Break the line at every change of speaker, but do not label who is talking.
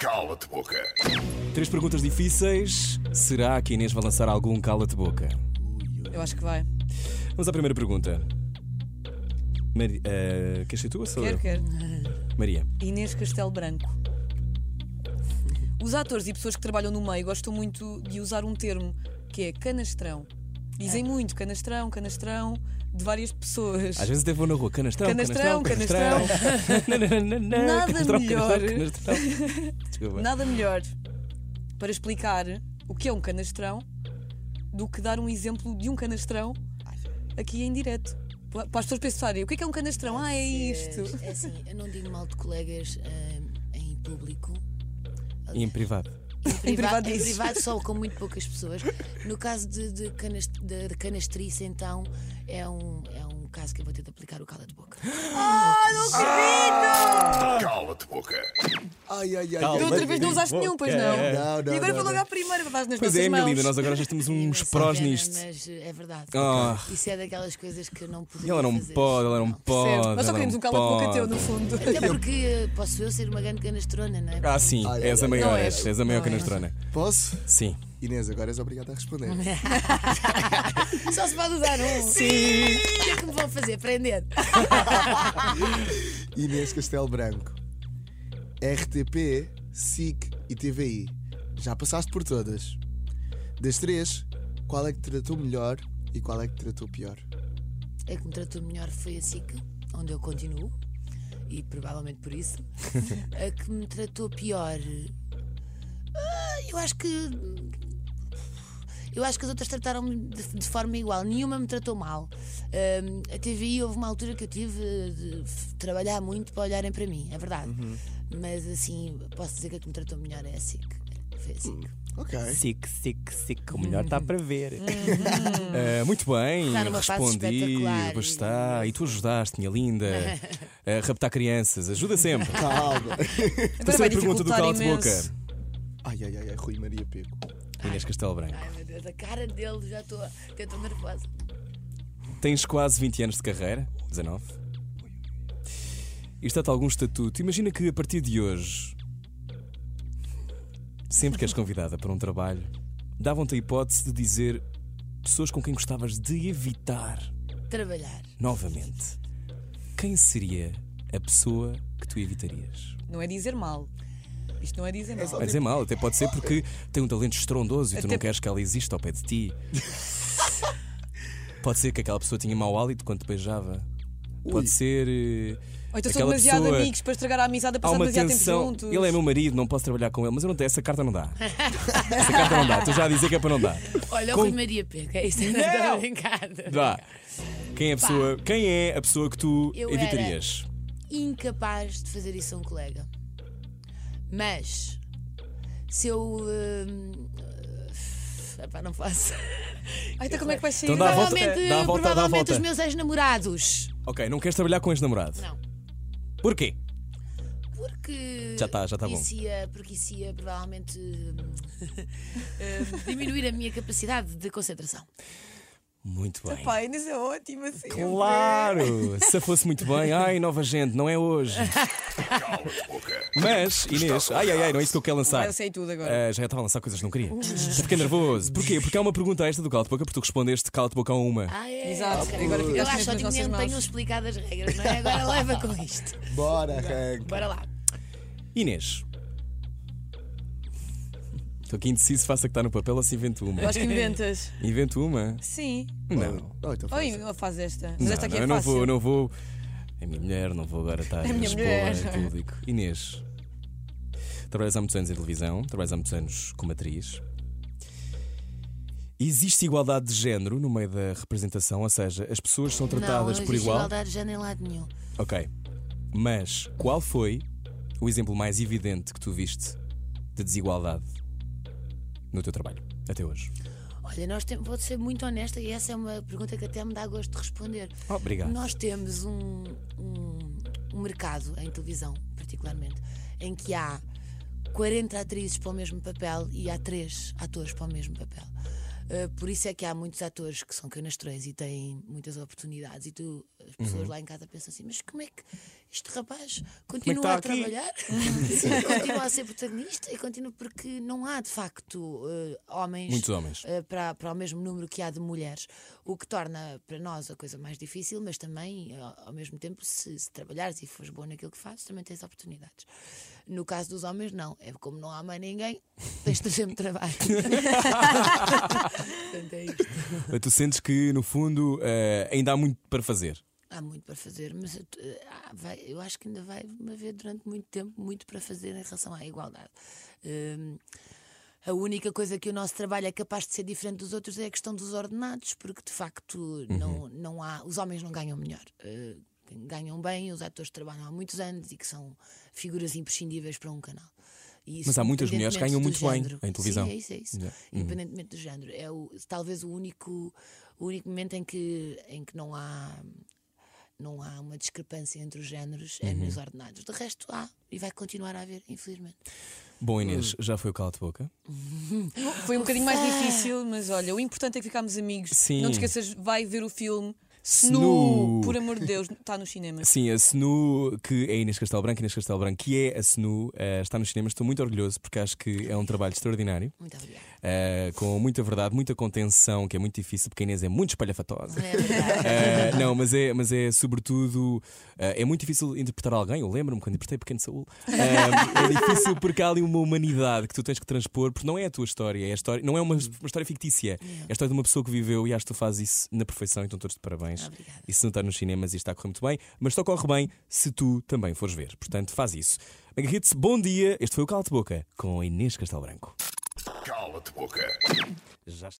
Cala-te boca.
Três perguntas difíceis. Será que Inês vai lançar algum cala-te boca?
Eu acho que vai.
Vamos à primeira pergunta. Mari... eh, queres ser tu ou sou
Quer,
eu?
quer.
Maria.
Inês Castelo Branco. Os atores e pessoas que trabalham no meio gostam muito de usar um termo que é canastrão. Dizem
É.
muito canastrão, canastrão, de várias pessoas.
Às vezes até vou na rua. Canastrão,
Canastrão,
canastrão.
Nada
Canastrão,
melhor.
canastrão, canastrão. Desculpa.
Nada melhor para explicar o que é um canastrão do que dar um exemplo de um canastrão aqui em direto. Pa- Para as pessoas pensarem, o que é que é um canastrão? Ah, é isto.
É assim, eu não digo mal de colegas ah, em público.
E em privado.
Em
privado
privado, em
dizes.
privado só com muito poucas pessoas. No caso de, de, canas- de- de canastrice, então, é um, é um caso que eu vou ter de aplicar o cala de boca. Ah!
Cala-te boca.
Ai, ai, ai.
Calma.
Da
ai.
outra vez não usaste nenhum, pois não.
É.
Não, não,
e agora
não,
foi logo
não.
à primeira, vais nas
Pois
nossas
é, minha
mãos.
linda, nós agora já temos uns
Imensa
prós
pena,
nisto.
Mas eh, é verdade.
Ah.
Isso é daquelas coisas que eu não podia.
E Ela não
fazer.
pode, um ela não
Não.
pode.
Nós só
ela
queremos
não
um cala-boca
pode.
teu, no fundo.
Até porque eh, posso eu ser uma grande canastrona, não é?
Ah, sim,
Ai, ai,
és a
ai.
maior,
Não é.
és, és a maior
Não é.
canastrona.
Posso?
Sim.
Inês, agora és obrigada a responder.
Só se pode usar um.
Sim!
O que é que me vão fazer? Prender.
Inês Castelo Branco. RTP, SIC e TVI. Já passaste por todas. Das três, qual é que te tratou melhor e qual é que te tratou pior?
A que me tratou melhor foi a SIC, onde eu continuo, e provavelmente por isso. a que me tratou pior. ah, eu acho que. Eu acho que as outras trataram-me de, de forma igual, nenhuma me tratou mal. Ahm, a TVI houve uma altura que eu tive eh, de f- trabalhar muito para olharem para mim, é verdade. Mas assim, posso dizer que a que me tratou melhor é a SIC. Foi a SIC.
Ok.
Sic, sic, sic, o melhor está para ver. Ah, muito bem,
Está numa fase
respondi,
espetacular.
pois está. E tu ajudaste, minha linda, a raptar crianças, ajuda sempre.
Calma.
Agora vai
Terceira pergunta do
dificultar
Cala de Boca.
imenso.
Ai, ai, ai, ai, Rui Maria Pego.
Inês Castelo Branco.
Ai meu Deus, a cara dele, já estou até estou nervosa.
Tens quase 20 anos de carreira, 19. E está-te algum estatuto. Imagina que a partir de hoje, sempre que és convidada para um trabalho, davam-te a hipótese de dizer pessoas com quem gostavas de evitar
Trabalhar.
novamente. Quem seria a pessoa que tu evitarias?
Não é dizer mal. Isto não é dizer mal.
Vai dizer mal, até pode ser porque tem um talento estrondoso e tu
Até-
não queres que ela exista ao pé de ti. Pode ser que aquela pessoa tinha mau hálito quando te beijava. Pode ser. eh,
Ou então são
aquela
demasiado
pessoa-
amigos para estragar a amizade, a
Há
passar
uma
demasiado tempo
tensão.
juntos.
Ele é meu marido, não posso trabalhar com ele, mas eu não tenho. Essa carta não dá. Essa carta não dá. Estou já a dizer que é para não dar.
Olha, o Rui Maria Pega, isto é não está brincado.
Vá. Quem é a pessoa, quem é a pessoa que tu
Eu era-
evitarias?
Incapaz de fazer isso a um colega. Mas se eu. hum, eh, epá, não faço.
Ai, então como é que vai sair?
Então dá a volta.
provavelmente
dá a volta, dá a
provavelmente
volta.
os meus ex-namorados.
Ok, não queres trabalhar com ex-namorado?
Não.
Porquê?
Porque.
Já tá- já tá bom.
Isso ia, porque isso ia provavelmente hum, hum, diminuir a minha capacidade de concentração.
Muito bem.
Pai, Inês é ótima assim.
Claro! Se fosse muito bem, ai, nova gente, não é hoje.
Cala-te boca.
Mas, Inês, ai, ai, ai, não é isso que eu quero lançar.
Eu sei tudo agora. Uhum.
Ah, já estava a lançar coisas que não queria. Já Fiquei nervoso. Porquê? Porque há uma pergunta a esta do Cala de Boca, porque tu respondeste Cala de Boca a uma.
Ah, é?
Exato.
Ok. assim,
Agora ficaste
Eu acho
mesmo nas
só que nem
nossas mãos.
tenham explicado as regras, não é? Agora leva com isto.
Bora, arranca.
Bora lá.
Inês. Estou aqui indeciso, faça que está no papel ou se invento uma.
Eu acho que inventas.
Invento uma?
Sim.
Não.
Oh, então
Oi,
faz.
faz esta. Mas
Não,
esta aqui
não,
é
eu não
fácil. É
vou, não vou. É minha mulher, não vou agora estar a
minha
expor
mulher.
em público. Inês, trabalhas há muitos anos em televisão, trabalhas há muitos anos como atriz. Existe igualdade de género no meio da representação, ou seja, as pessoas são tratadas
não,
por
não existe
igual.
igualdade já nem lado nenhum.
Ok. Mas qual foi o exemplo mais evidente que tu viste de desigualdade no teu trabalho até hoje?
Olha, nós temos, vou ser muito honesta e essa é uma pergunta que até me dá gosto de responder.
Obrigado.
Nós temos um, um- um mercado em televisão, particularmente, em que há 40 atrizes para o mesmo papel e há 3 atores para o mesmo papel. Uh, por isso é que há muitos atores que são canastrões e têm muitas oportunidades. E tu, as pessoas
Uhum.
lá em casa pensam assim: mas como é que este rapaz continua
tá
a
aqui?"
trabalhar? continua a ser protagonista e continua porque não há de facto uh, homens,
Muitos homens.
uh, para, para o mesmo número que há de mulheres. O que torna para nós a coisa mais difícil, mas também, eh, ao, ao mesmo tempo, se, se trabalhares e fores bom naquilo que fazes, também tens oportunidades. No caso dos homens, não. É como não há mais ninguém, tens de sempre trabalho. Portanto, é isto.
Tu sentes que, no fundo, eh, ainda há muito para fazer.
Há muito para fazer, mas eu, t- ah, vai- eu acho que ainda vai haver durante muito tempo muito para fazer em relação à igualdade. Hum, a única coisa que o nosso trabalho é capaz de ser diferente dos outros é a questão dos ordenados, porque de facto
Uhum.
não, não há. Os homens não ganham melhor. Eh, ganham bem, os atores trabalham há muitos anos e que são figuras imprescindíveis para um canal. E isso
Mas há muitas mulheres que ganham
independentemente
muito bem
do género.
em televisão. Uhum.
Sim, é isso, é isso.
Yeah.
Independentemente do género. É o, talvez o único, o único momento em que, em que não há. Não há uma discrepância entre os géneros é nos ordenados. De resto, há e vai continuar a haver, infelizmente.
Bom, Inês,
Hum.
já foi o cala de boca?
Foi um bocadinho mais difícil, mas olha, o importante é que ficámos amigos.
Sim.
Não te esqueças, vai ver o filme
Snu.
Snu, por amor de Deus, está nos cinemas.
Sim, a Senu, que é Inês Castelo Branco, Inês Castelo Branco, que é a Senu, eh, está nos cinemas. Estou muito orgulhoso porque acho que é um trabalho extraordinário,
Muito obrigada.
eh, com muita verdade, muita contenção, que é muito difícil, porque a Inês é muito espalhafatosa.
É verdade.
Eh, não, mas é, mas é sobretudo. eh, é muito difícil interpretar alguém. Eu lembro-me quando interpretei Pequeno Saúl. Eh, é difícil porque há ali uma humanidade que tu tens que transpor, porque não é a tua história, é a história, não é uma, uma história fictícia. É a história de uma pessoa que viveu e acho que tu fazes isso na perfeição. Então, todos de parabéns.
Obrigada.
E se não está nos cinemas, isto está a correr muito bem, mas só corre bem se tu também fores ver. Portanto, faz isso. Agarrete-se, bom dia. Este foi o Cala de Boca com a Inês Castelo Branco.
Cala-te boca.
Já está.